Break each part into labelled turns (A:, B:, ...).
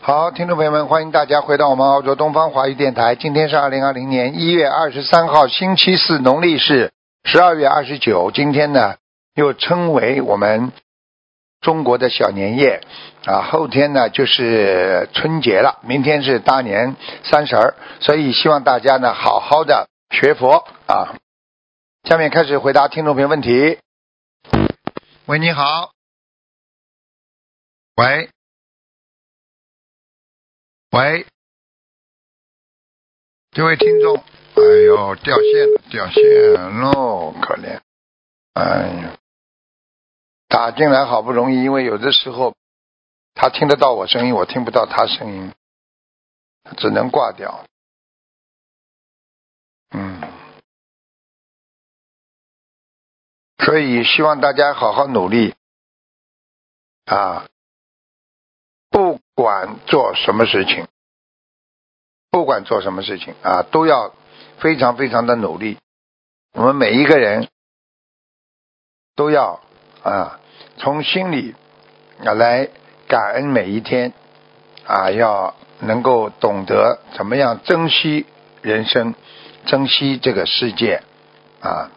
A: 好，听众朋友们，欢迎大家回到我们澳洲东方华语电台。今天是二零二零年一月二十三号，星期四，农历是十二月二十九。今天呢，又称为我们中国的小年夜啊。后天呢就是春节了，明天是大年三十儿，所以希望大家呢好好的学佛啊。下面开始回答听众朋友问题。喂，你好。喂。喂，这位听众，哎呦，掉线了，掉线喽，可怜，哎呀，打进来好不容易，因为有的时候他听得到我声音，我听不到他声音，只能挂掉。嗯，所以希望大家好好努力啊。不管做什么事情，不管做什么事情啊，都要非常非常的努力。我们每一个人都要啊，从心里啊来感恩每一天啊，要能够懂得怎么样珍惜人生，珍惜这个世界啊。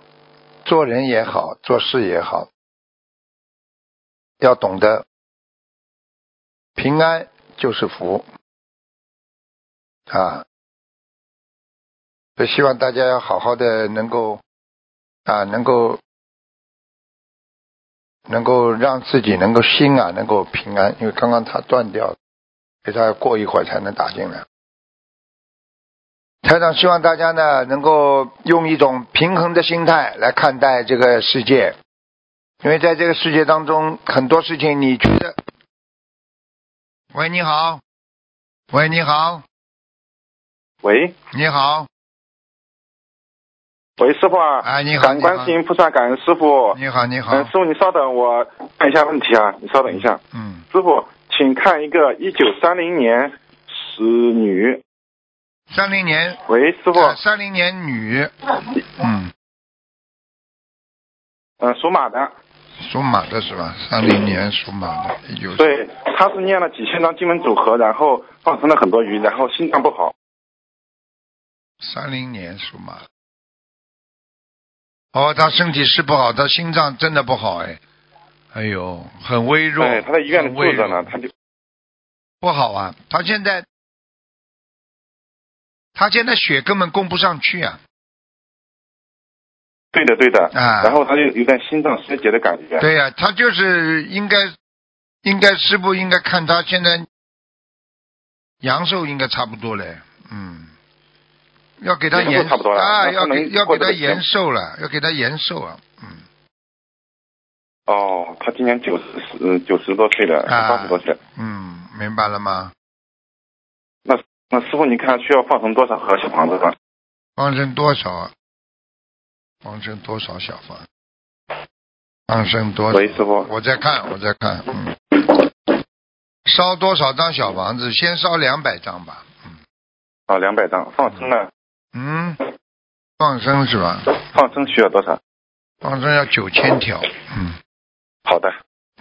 A: 做人也好，做事也好，要懂得。平安就是福啊！所以希望大家要好好的，能够啊，能够能够让自己能够心啊，能够平安。因为刚刚它断掉了，所以它过一会儿才能打进来。台长希望大家呢，能够用一种平衡的心态来看待这个世界，因为在这个世界当中，很多事情你觉得。喂，你好。喂，你好。
B: 喂，
A: 你好。
B: 喂，师傅啊。
A: 哎，你好。
B: 感恩观世音菩萨，感恩师傅。
A: 你好，你好。
B: 嗯，师傅，你稍等，我看一下问题啊，你稍等一下。
A: 嗯。
B: 师傅，请看一个一九三零年死女。
A: 三零年。呃
B: 喂，师傅。
A: 三零年女。嗯。
B: 嗯，属马的。
A: 属马的是吧？三零年属马的，有
B: 对，他是念了几千张经文组合，然后放生了很多鱼，然后心脏不好。
A: 三零年属马，哦，他身体是不好，他心脏真的不好哎，哎呦，很微弱。
B: 哎对，他在医院里住着呢，他就
A: 不好啊，他现在他现在血根本供不上去啊。
B: 对的，对的，
A: 啊，
B: 然后他就有点心脏衰竭的感 觉。
A: 对呀、啊，他就是应该，应该师傅应该看他现在阳寿应该差不多嘞，嗯，要给他延
B: 差不多了
A: 啊，要
B: 给
A: 要给他延寿了，要给他延寿啊，嗯。
B: 哦，他今年九十嗯九十多岁了，八十多岁了、
A: 啊。嗯，明白了吗？
B: 那那师傅，你看需要放成多少盒小房子吧？
A: 放成多少？放生多少小房？放生多少？
B: 喂，师傅，
A: 我在看，我在看，嗯，烧多少张小房子？先烧两百张吧，嗯，
B: 啊、哦，两百张，放生呢？
A: 嗯，放生是吧？
B: 放生需要多少？
A: 放生要九千条，嗯，
B: 好的，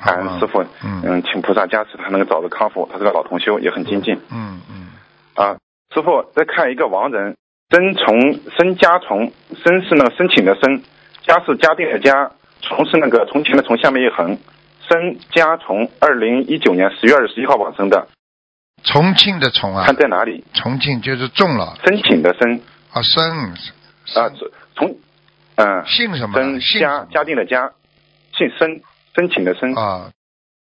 B: 感恩师傅，
A: 嗯
B: 嗯，请菩萨加持他能够早日康复，他是个老同修，也很精进，
A: 嗯嗯，
B: 啊，师傅再看一个亡人。申从申家从申是那个申请的申，家是家定的家，从是那个从前的从，下面一横。申家从二零一九年十月二十一号往生的，
A: 重庆的重啊，
B: 看在哪里？
A: 重庆就是重了。
B: 申请的申
A: 啊，申
B: 啊，从嗯、呃、
A: 姓什么？
B: 申家家定的家，姓申，申请的申
A: 啊，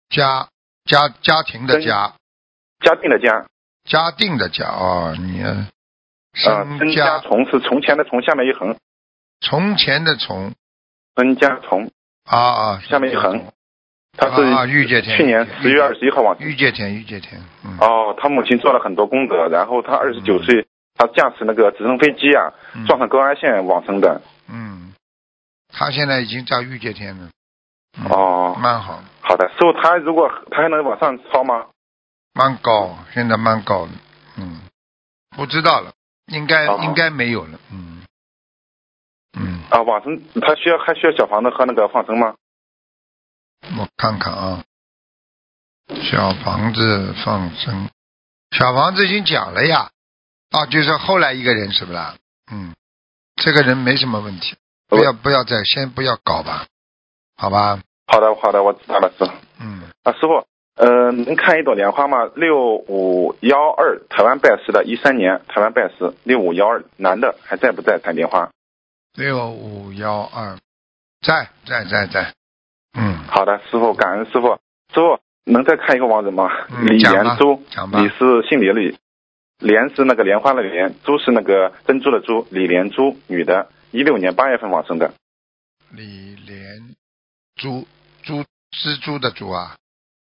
A: 家家家庭的家，
B: 家定的家，
A: 家定的家哦，你。
B: 啊，申家从是从前的从，下面一横。
A: 从前的从，
B: 申家从
A: 啊啊，
B: 下面一横。他是
A: 啊，玉界天。嗯
B: 去年十月二十一号往
A: 玉界天，玉界天。嗯、
B: 哦，他母亲做了很多功德，然后他二十九岁，嗯、他驾驶那个直升飞机啊，嗯、撞上高压线往生的。
A: 嗯，他现在已经在玉界天了。嗯
B: 哦，
A: 蛮好。
B: 好的，师傅，他如果他还能往上超吗？
A: 蛮高，现在蛮高的，嗯，不知道了。应该应该没有了，嗯嗯
B: 啊，往生他需要还需要小房子和那个放生吗？
A: 我看看啊，小房子放生，小房子已经讲了呀，啊，就是后来一个人是不啦？嗯，这个人没什么问题，不要不要再先不要搞吧，好吧？
B: 好的，好的，我知道了，师傅。
A: 嗯，
B: 啊，师傅，呃，能看一朵莲花吗？六五幺二，台湾拜师的，一三年台湾拜师，六五幺二，男的还在不在看莲花？
A: 六五幺二，在在在在，嗯，
B: 好的，师傅，感恩师傅。师傅，能再看一个网址吗？
A: 嗯
B: 李
A: 讲吧
B: 延珠，
A: 讲吧
B: 李，是姓李的李，莲是那个莲花的莲，珠是那个珍珠的珠，李莲珠，女的，一六年八月份往生的。
A: 李连珠珠蜘蛛的珠啊，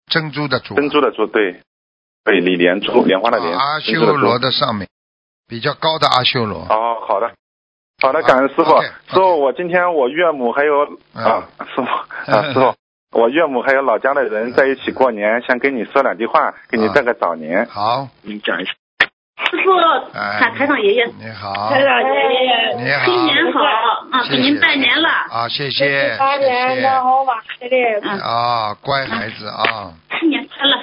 A: 珍珠的珠啊、
B: 珍珠的珠，对，对，李莲珠，莲花的莲，
A: 啊阿
B: 珍珠的
A: 修
B: 珠
A: 罗的上面，比较高的阿修罗。
B: 哦，好的，好的，
A: 啊
B: 感恩师傅。
A: OK，OK
B: 师傅，我今天我岳母还有
A: 嗯
B: 啊，师傅 啊，师傅，我岳母还有老家的人在一起过年，想跟你说两句话，给你
A: 啊
B: 拜个早年，
A: 好，
B: 你讲一下。
C: 师傅，
A: 哎
C: 台台长爷爷，
A: 你好，
D: 台长爷爷，
A: 你好，
C: 新年好啊，
A: 谢谢
C: 给您拜年了。
A: 啊，谢
D: 祝
A: 谢，
D: 大
A: 谢
D: 年的
A: 谢
D: 好马的嘞。
C: 嗯，
A: 啊，乖孩子啊，
C: 新年快乐，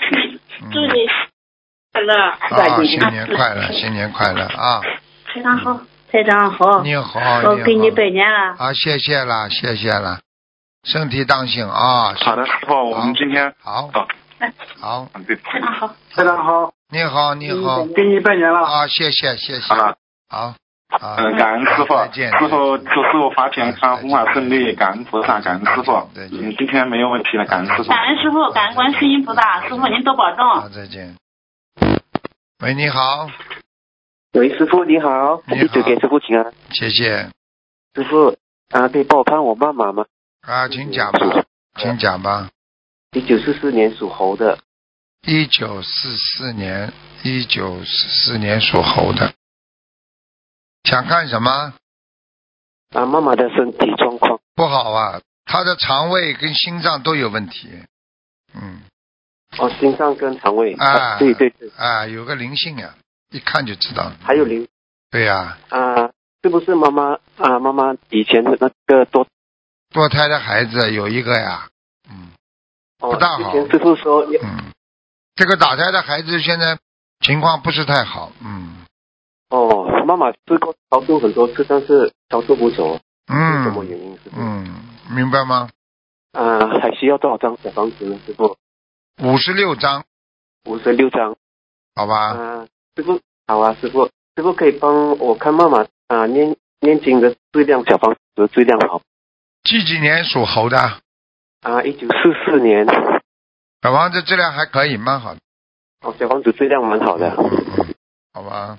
A: 嗯
C: 祝你快乐。
A: 啊，新年快乐，新年快乐啊！
C: 台长好，台长好，
A: 你好，
C: 我给你
A: 好
C: 拜年了。
A: 啊，谢谢啦，谢谢啦，身体当心啊！
B: 好的，师傅，我们今天
A: 好，
B: 好
A: 好，
B: 嗯对
C: 台长好，嗯
E: 台长好，
A: 你好，你好
E: 给你拜年了。
A: 啊，谢谢，谢谢，
B: 啊，
A: 好，啊，
B: 嗯，感恩师傅，
A: 再见
B: 师傅祝师傅法体安康，
A: 再见
B: 红法顺利，感恩菩萨，感恩师傅
A: 再，见
B: 嗯，今天没有问题了，感恩师傅。
C: 感恩师傅，感恩观世音菩萨，师傅您多保
A: 啊，
C: 重。
A: 再见。喂，你好，
E: 喂，师傅你好，
A: 你好
E: 弟子给师傅请安。
A: 谢谢
E: 师傅啊，可以帮我看我妈妈吗？
A: 啊，请讲吧，请讲吧。
E: 一九四四年属猴的，
A: 一九四四年，一九四四年属猴的，想看什么？
E: 啊，妈妈的身体状况
A: 不好啊，他的肠胃跟心脏都有问题。嗯，
E: 哦，心脏跟肠胃
A: 啊
E: 对对对，
A: 啊，有个灵性啊，一看就知道了。
E: 还有灵
A: 对呀、
E: 啊，是不是妈妈啊？妈妈以前的那个多
A: 堕胎的孩子有一个呀，嗯
E: 哦
A: 不大，好
E: 之前师傅说
A: 嗯，这个打胎的孩子现在情况不是太好，嗯
E: 哦，妈妈试过超度很多次，但是超度不走，是什么
A: 嗯
E: 原因？师傅
A: 嗯，明白吗？
E: 啊，还需要多少张小房子呢？师傅
A: 五十六章，
E: 五十六张。
A: 好吧，
E: 啊，师傅好啊，师傅，师傅可以帮我看妈妈啊念念经的质量，小房子的质量好
A: 几几年属猴的，
E: 啊，一九四四年
A: 小房子质量还可以，蛮好的。
E: 哦，小房子质量蛮好的，
A: 嗯嗯，好吧，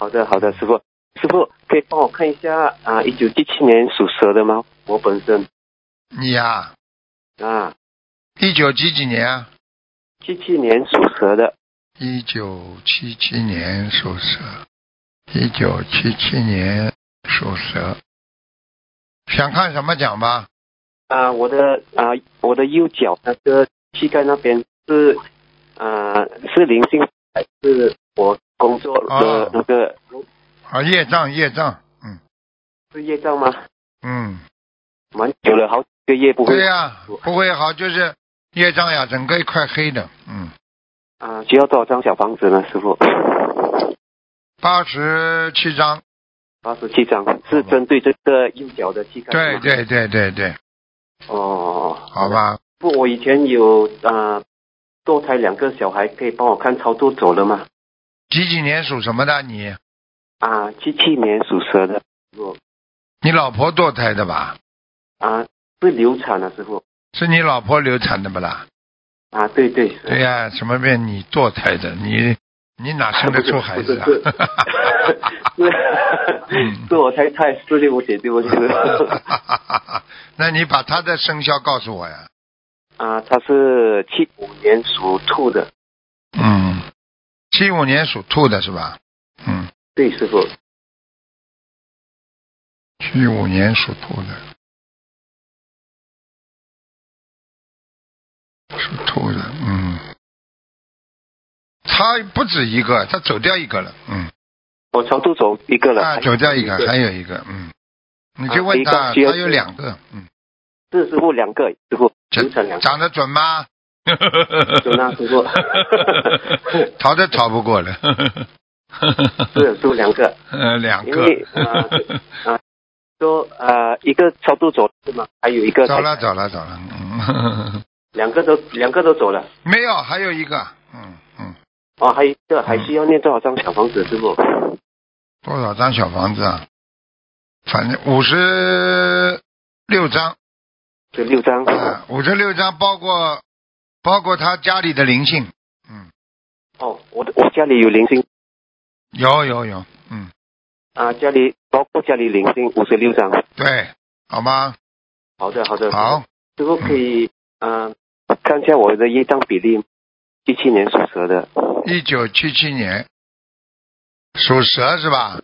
E: 好的好的，师傅，师傅可以帮我看一下啊，一九七七年属蛇的吗？我本身
A: 你呀、
E: 啊，
A: 一九几几年啊？
E: 七七年属蛇的
A: 一九七七年属蛇，一九七七年属蛇。想看什么奖吧？
E: 啊，我的啊我的右脚那个膝盖那边是啊是灵性还是我工作
A: 哦
E: 的那个
A: 啊，业障，业障，嗯
E: 是业障吗？
A: 嗯，
E: 蛮久了，好几个月不会
A: 对呀、不会好，就是业障呀，整个一块黑的，嗯，
E: 啊，需要多少张小房子呢，师傅？
A: 八十七张，
E: 八十七张，是针对这个右脚的膝盖。
A: 对。对对对对，
E: 哦，
A: 好。吧，
E: 不，我以前有啊、呃堕胎两个小孩，可以帮我看超度走了吗？
A: 几几年属什么的你？
E: 啊，七七年属蛇的，师傅
A: 你老婆堕胎的吧？
E: 啊，是流产了，师傅
A: 是你老婆流产的不啦？
E: 啊，对对是。
A: 对呀、什么病？你堕胎的，你你哪生得出孩子啊
E: 不 是不是？
A: 嗯
E: 是，是我太太，是对不起，对不起。师 傅
A: 那你把他的生肖告诉我呀。
E: 啊，他是七五年属兔的，
A: 嗯，七五年属兔的是吧？嗯，
E: 对，师傅。
A: 七五年属兔的，属兔的，嗯，他不止一个，他走掉一个了，嗯，
E: 我超度走一个了，
A: 啊，
E: 还
A: 走掉一个，
E: 还有
A: 还有一个，嗯，你去
E: 啊
A: 问
E: 一个
A: 他，他
E: 需要
A: 有两个，嗯，
E: 是师傅两个，师傅
A: 这
E: 流产两个
A: 长得准吗？
E: 就那时候
A: 逃都逃不过了。
E: 是住两个，
A: 呃，两
E: 因
A: 个
E: 为。 呃说呃一个超度走了是吗？还有一个
A: 走了，走了，走了。嗯，
E: 两个都两个都走了。
A: 没有，还有一个。嗯嗯，
E: 哦，还有一个还需要念多少张小房子，师傅？
A: 多少张小房子啊？反正五十六张
E: 这六张。
A: 啊，五十六张包括包括他家里的灵性。嗯，
E: 哦，我的我家里有零星
A: 有有有。嗯，
E: 啊，家里包括家里零星五十六张。
A: 对，好吗？
E: 好的，好的。
A: 好，
E: 师傅可以嗯、呃看一下我的业障比例，一七年属蛇的。
A: 一九七七年属蛇是吧？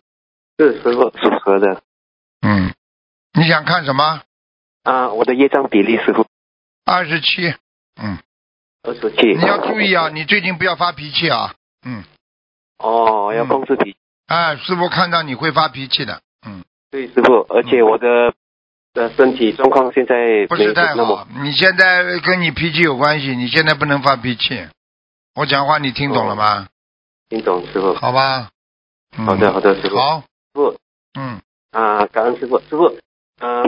E: 是师傅属蛇的
A: 嗯，你想看什么？
E: 啊，我的业障比例师傅
A: 二十七。嗯，
E: 二十七。
A: 你要注意啊，你最近不要发脾气啊。嗯，
E: 哦，要控制脾气。
A: 哎，师傅看到你会发脾气的。嗯，
E: 对，师傅，而且我的呃身体状况现在没有
A: 不是太
E: 那么
A: 好。你现在跟你脾气有关系，你现在不能发脾气。我讲话你听懂了吗？
E: 听懂，师傅。
A: 好吧。嗯、
E: 哦好的，好的，师傅。师
A: 好，
E: 傅，
A: 嗯，
E: 啊，感恩师傅，师傅，啊，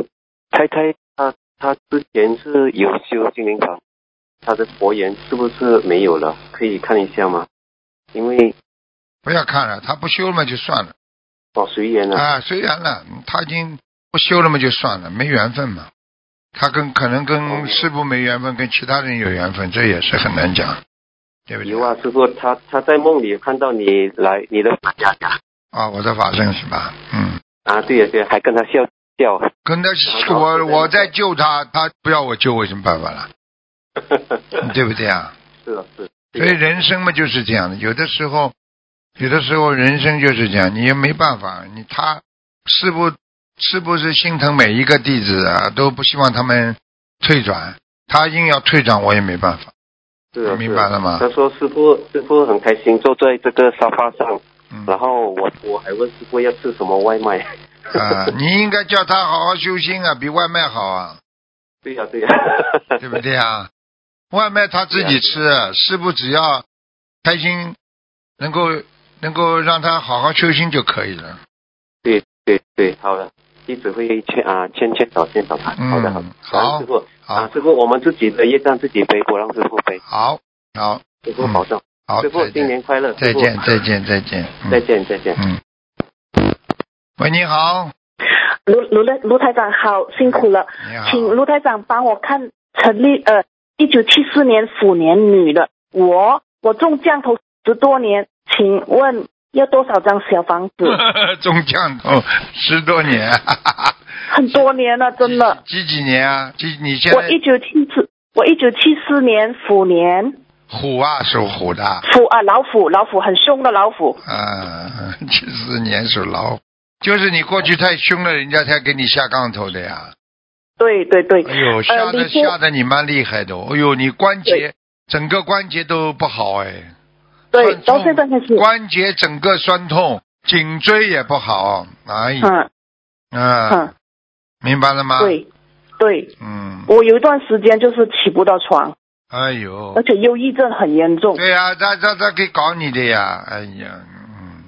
E: 猜猜他他之前是有修心灵法，他的佛缘是不是没有了？可以看一下吗？因为
A: 不要看了，他不修了嘛就算了。
E: 哦，随缘啊，
A: 啊，虽然了，他已经不修了嘛就算了，没缘分嘛。他跟可能跟
E: 哦
A: 师傅没缘分，跟其他人有缘分，这也是很难讲，对不对？
E: 有啊，师傅，他他在梦里看到你来，你的法家呀，
A: 啊，我的法身是吧？嗯，
E: 啊，对呀对呀，还跟他笑笑，
A: 跟他
E: 然后
A: 我
E: 对
A: 我在救他，他不要我救，我有什么办法 了？对不对啊？
E: 是啊是啊，
A: 所以人生嘛就是这样的，有的时候，有的时候人生就是这样，你也没办法，你他是不是不是心疼每一个弟子啊，都不希望他们退转，他硬要退转，我也没办法，
E: 是啊，
A: 明白了吗
E: 是啊他说师傅师傅很开心坐在这个沙发上，
A: 嗯
E: 然后我我还问师傅要吃什么外卖，
A: 啊、你应该叫他好好修心啊，比外卖好啊，
E: 对呀、对呀、
A: 对不对啊？外卖他自己吃，啊师傅只要开心，能够能够让他好好修心就可以了。
E: 对对对，好的，弟子会劝啊，劝劝导劝导他。
A: 嗯
E: 好的好的，感恩
A: 好
E: 师傅啊
A: 好，，
E: 师傅，我们自己的业障自己背，不让师傅背，
A: 好，好，
E: 师傅保重，
A: 嗯好，
E: 师傅
A: 再
E: 新
A: 见，
E: 年快乐，
A: 再
E: 师父
A: 见，再见，再见，嗯
E: 再见再见。
A: 嗯。喂，你好，
F: 卢卢台卢台长好，辛苦了，
A: 你
F: 请
A: 好，
F: 卢台长帮我看陈丽，呃，一九七四年虎年女的，我我中降头十多年，请问要多少张小房子？
A: 中降头十多年，
F: 很多年了， 真的。
A: 几几年啊？几？你现
F: 我
A: 在
F: 一九七四，我一九七四年虎年，
A: 虎啊， 属虎的，
F: 虎啊老虎，老虎很凶的老虎，
A: 啊，七四年属老虎，就是你过去太凶了，人家才给你下杠头的呀。
F: 对对对，
A: 哎呦，吓
F: 呃，
A: 得
F: 李
A: 吓
F: 先，
A: 得你蛮厉害的哦。哎呦，你关节整个关节都不好哎，
F: 对，
A: 算
F: 到
A: 错
F: 现在嗯开始，
A: 关节整个酸痛，颈椎也不好。哎呀，
F: 嗯
A: 啊
F: 嗯，，
A: 明白了吗？，
F: 对对，
A: 嗯，
F: 我有一段时间就是起不到床，
A: 哎呦
F: 而，且忧郁症很严重。
A: 对啊呀、他他他可以搞你的呀。哎呀，嗯，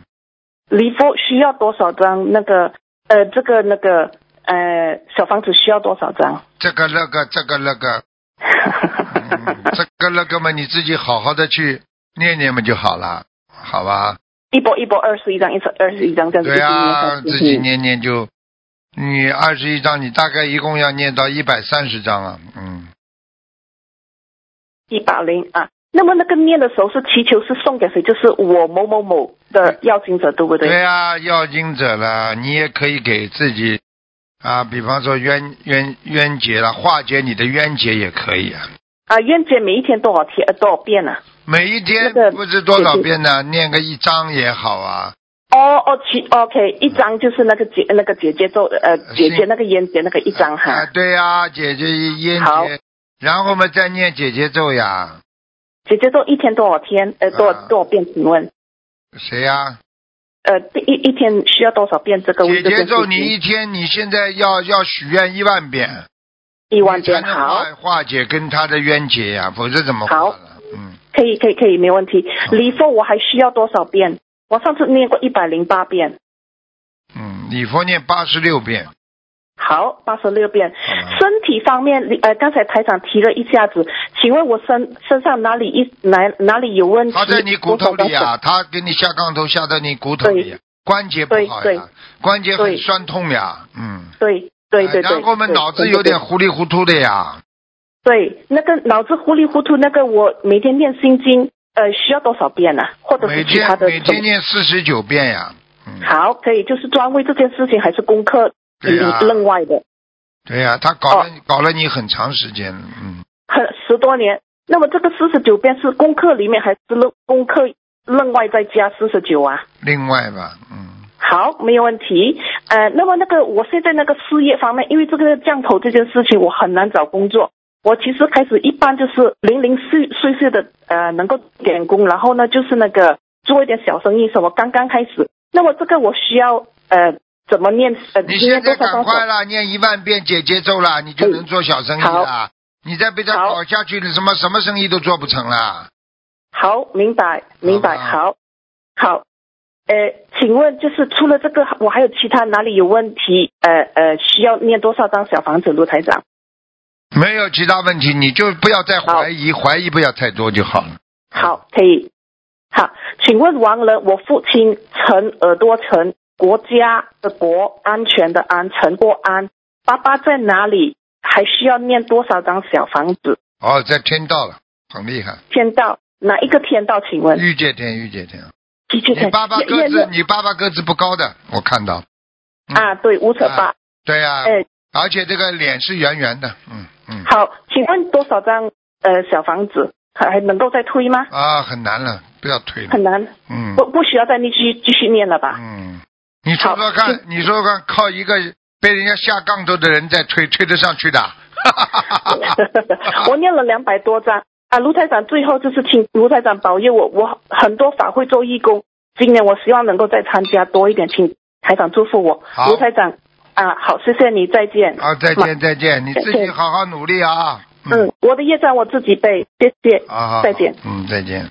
F: 离佛需要多少张那个呃这个那个呃小房子需要多少张？
A: 这个那个这个那个， 嗯这个那个嘛，你自己好好的去念念嘛就好了，好吧？
F: 一波一波二十一张，一次二十一张这样子
A: 对
F: 一直
A: 呀、
F: 念下去。
A: 自己念念就，你二十一章，你大概一共要念到一百三十章啊，嗯，
F: 一百零啊。那么那个念的时候是祈求是送给谁？就是我某某某的邀请者，对不对？
A: 对呀、要经者了，你也可以给自己啊，比方说冤冤冤结了，化解你的冤结也可以啊。
F: 啊，愿姐每一天多少天呃多少遍呢、
A: 每一天
F: 那个
A: 不知多少遍呢，念个一章也好啊，
F: 哦哦，祈 OK，一张就是那个姐那个姐姐做呃姐姐那个烟姐那个一张
A: 啊，
F: 哈，
A: 对呀、姐姐烟
F: 好
A: 结，然后嘛再念姐姐咒呀，
F: 姐姐做一天多少天呃多少
A: 啊
F: 多少遍？请问？
A: 谁呀、
F: 呃，第一一天需要多少遍这个
A: 姐
F: 位置？
A: 姐咒你一天，你现在要要许愿一万遍，
F: 一万
A: 才
F: 遍。
A: 能
F: 好
A: 化，化解跟他的冤结呀、否则怎么化
F: 好
A: 了？嗯，
F: 可以，可以，可以，没问题
A: 好。
F: 礼佛我还需要多少遍？我上次念过一百零八遍。
A: 嗯，礼佛念八十六遍，
F: 好，八十六遍
A: 好吧。
F: 身体方面，呃，刚才台长提了一下子，请问我身身上哪里一哪哪里有问题？
A: 他在你骨头里
F: 多少张
A: 啊，他给你下杠头下到你骨头里啊、关节不好
F: 对
A: 呀、
F: 对
A: 关节很
F: 对
A: 酸痛呀，嗯，
F: 对对对
A: 哎
F: 对。
A: 然后我们
F: 对
A: 脑子有点。糊里糊涂的呀，
F: 对，那个脑子糊里糊涂，那个我每天念心经，呃，需要多少遍呢、或者
A: 每
F: 是其他
A: 天
F: 的
A: 每
F: 什
A: 天
F: 么？
A: 念四十九遍呀，嗯，
F: 好，可以，就是专为这件事情还是功课
A: 对啊呀、
F: 另外的，
A: 对呀、他搞了、搞了你很长时间，嗯，
F: 很十多年。那么这个四十九遍是功课里面还是另功课另外再加四十九啊？
A: 另外吧，嗯，
F: 好，没有问题。呃，那么那个我现在那个事业方面，因为这个降头这件事情，我很难找工作。我其实开始一般就是零零碎碎碎的呃，能够点工，然后呢就是那个做一点小生意什么，刚刚开始。那么这个我需要呃怎么念？呃，
A: 你
F: 念
A: 现
F: 多
A: 在
F: 少
A: 赶
F: 张
A: 快
F: 小？
A: 啦，念一万遍姐姐咒啦，你就能做小生意啦。你再被他
F: 好
A: 搞下去，你什么什么生意都做不成啦。
F: 好，明白，明白，
A: 好
F: 好，好。呃，请问就是除了这个，我还有其他哪里有问题？呃呃，需要念多少张小房子，卢台长？
A: 没有其他问题，你就不要再怀疑，怀疑不要太多就好了。
F: 好，可以。好，请问王人，我父亲陈耳朵陈，国家的国，安全的安，陈国安，爸爸在哪里？还需要念多少张小房子？
A: 哦，在天道了，很厉害，
F: 天道哪一个天道？请问？
A: 遇见天，遇见天。
F: 的确，
A: 你爸爸
F: 也
A: 个
F: 也
A: 子，你爸爸个子不高的，我看到。嗯、
F: 啊，，对，五扯八。
A: 对呀、
F: 哎
A: 而且这个脸是圆圆的，嗯嗯，
F: 好，请问多少张呃小房子还还能够再推吗？
A: 啊，很难了，不要推了，
F: 很难，
A: 嗯
F: 不不需要再继续继续念了吧？
A: 嗯，你说说
F: 好
A: 看，你说说看，靠一个被人家下杠头的人在推，推得上去的？ 啊嗯
F: 我念了两百多章啊，卢台长最后就是请卢台长保佑我，我很多法会做义工，今年我希望能够再参加多一点，请台长祝福我
A: 好。
F: 卢台长啊，好，谢谢你，再见。
A: 好，再 见再见，你自己
F: 再见
A: 好好努力啊。
F: 嗯，我的业障我自己背，谢谢。
A: 好好，
F: 再见。
A: 嗯，再见。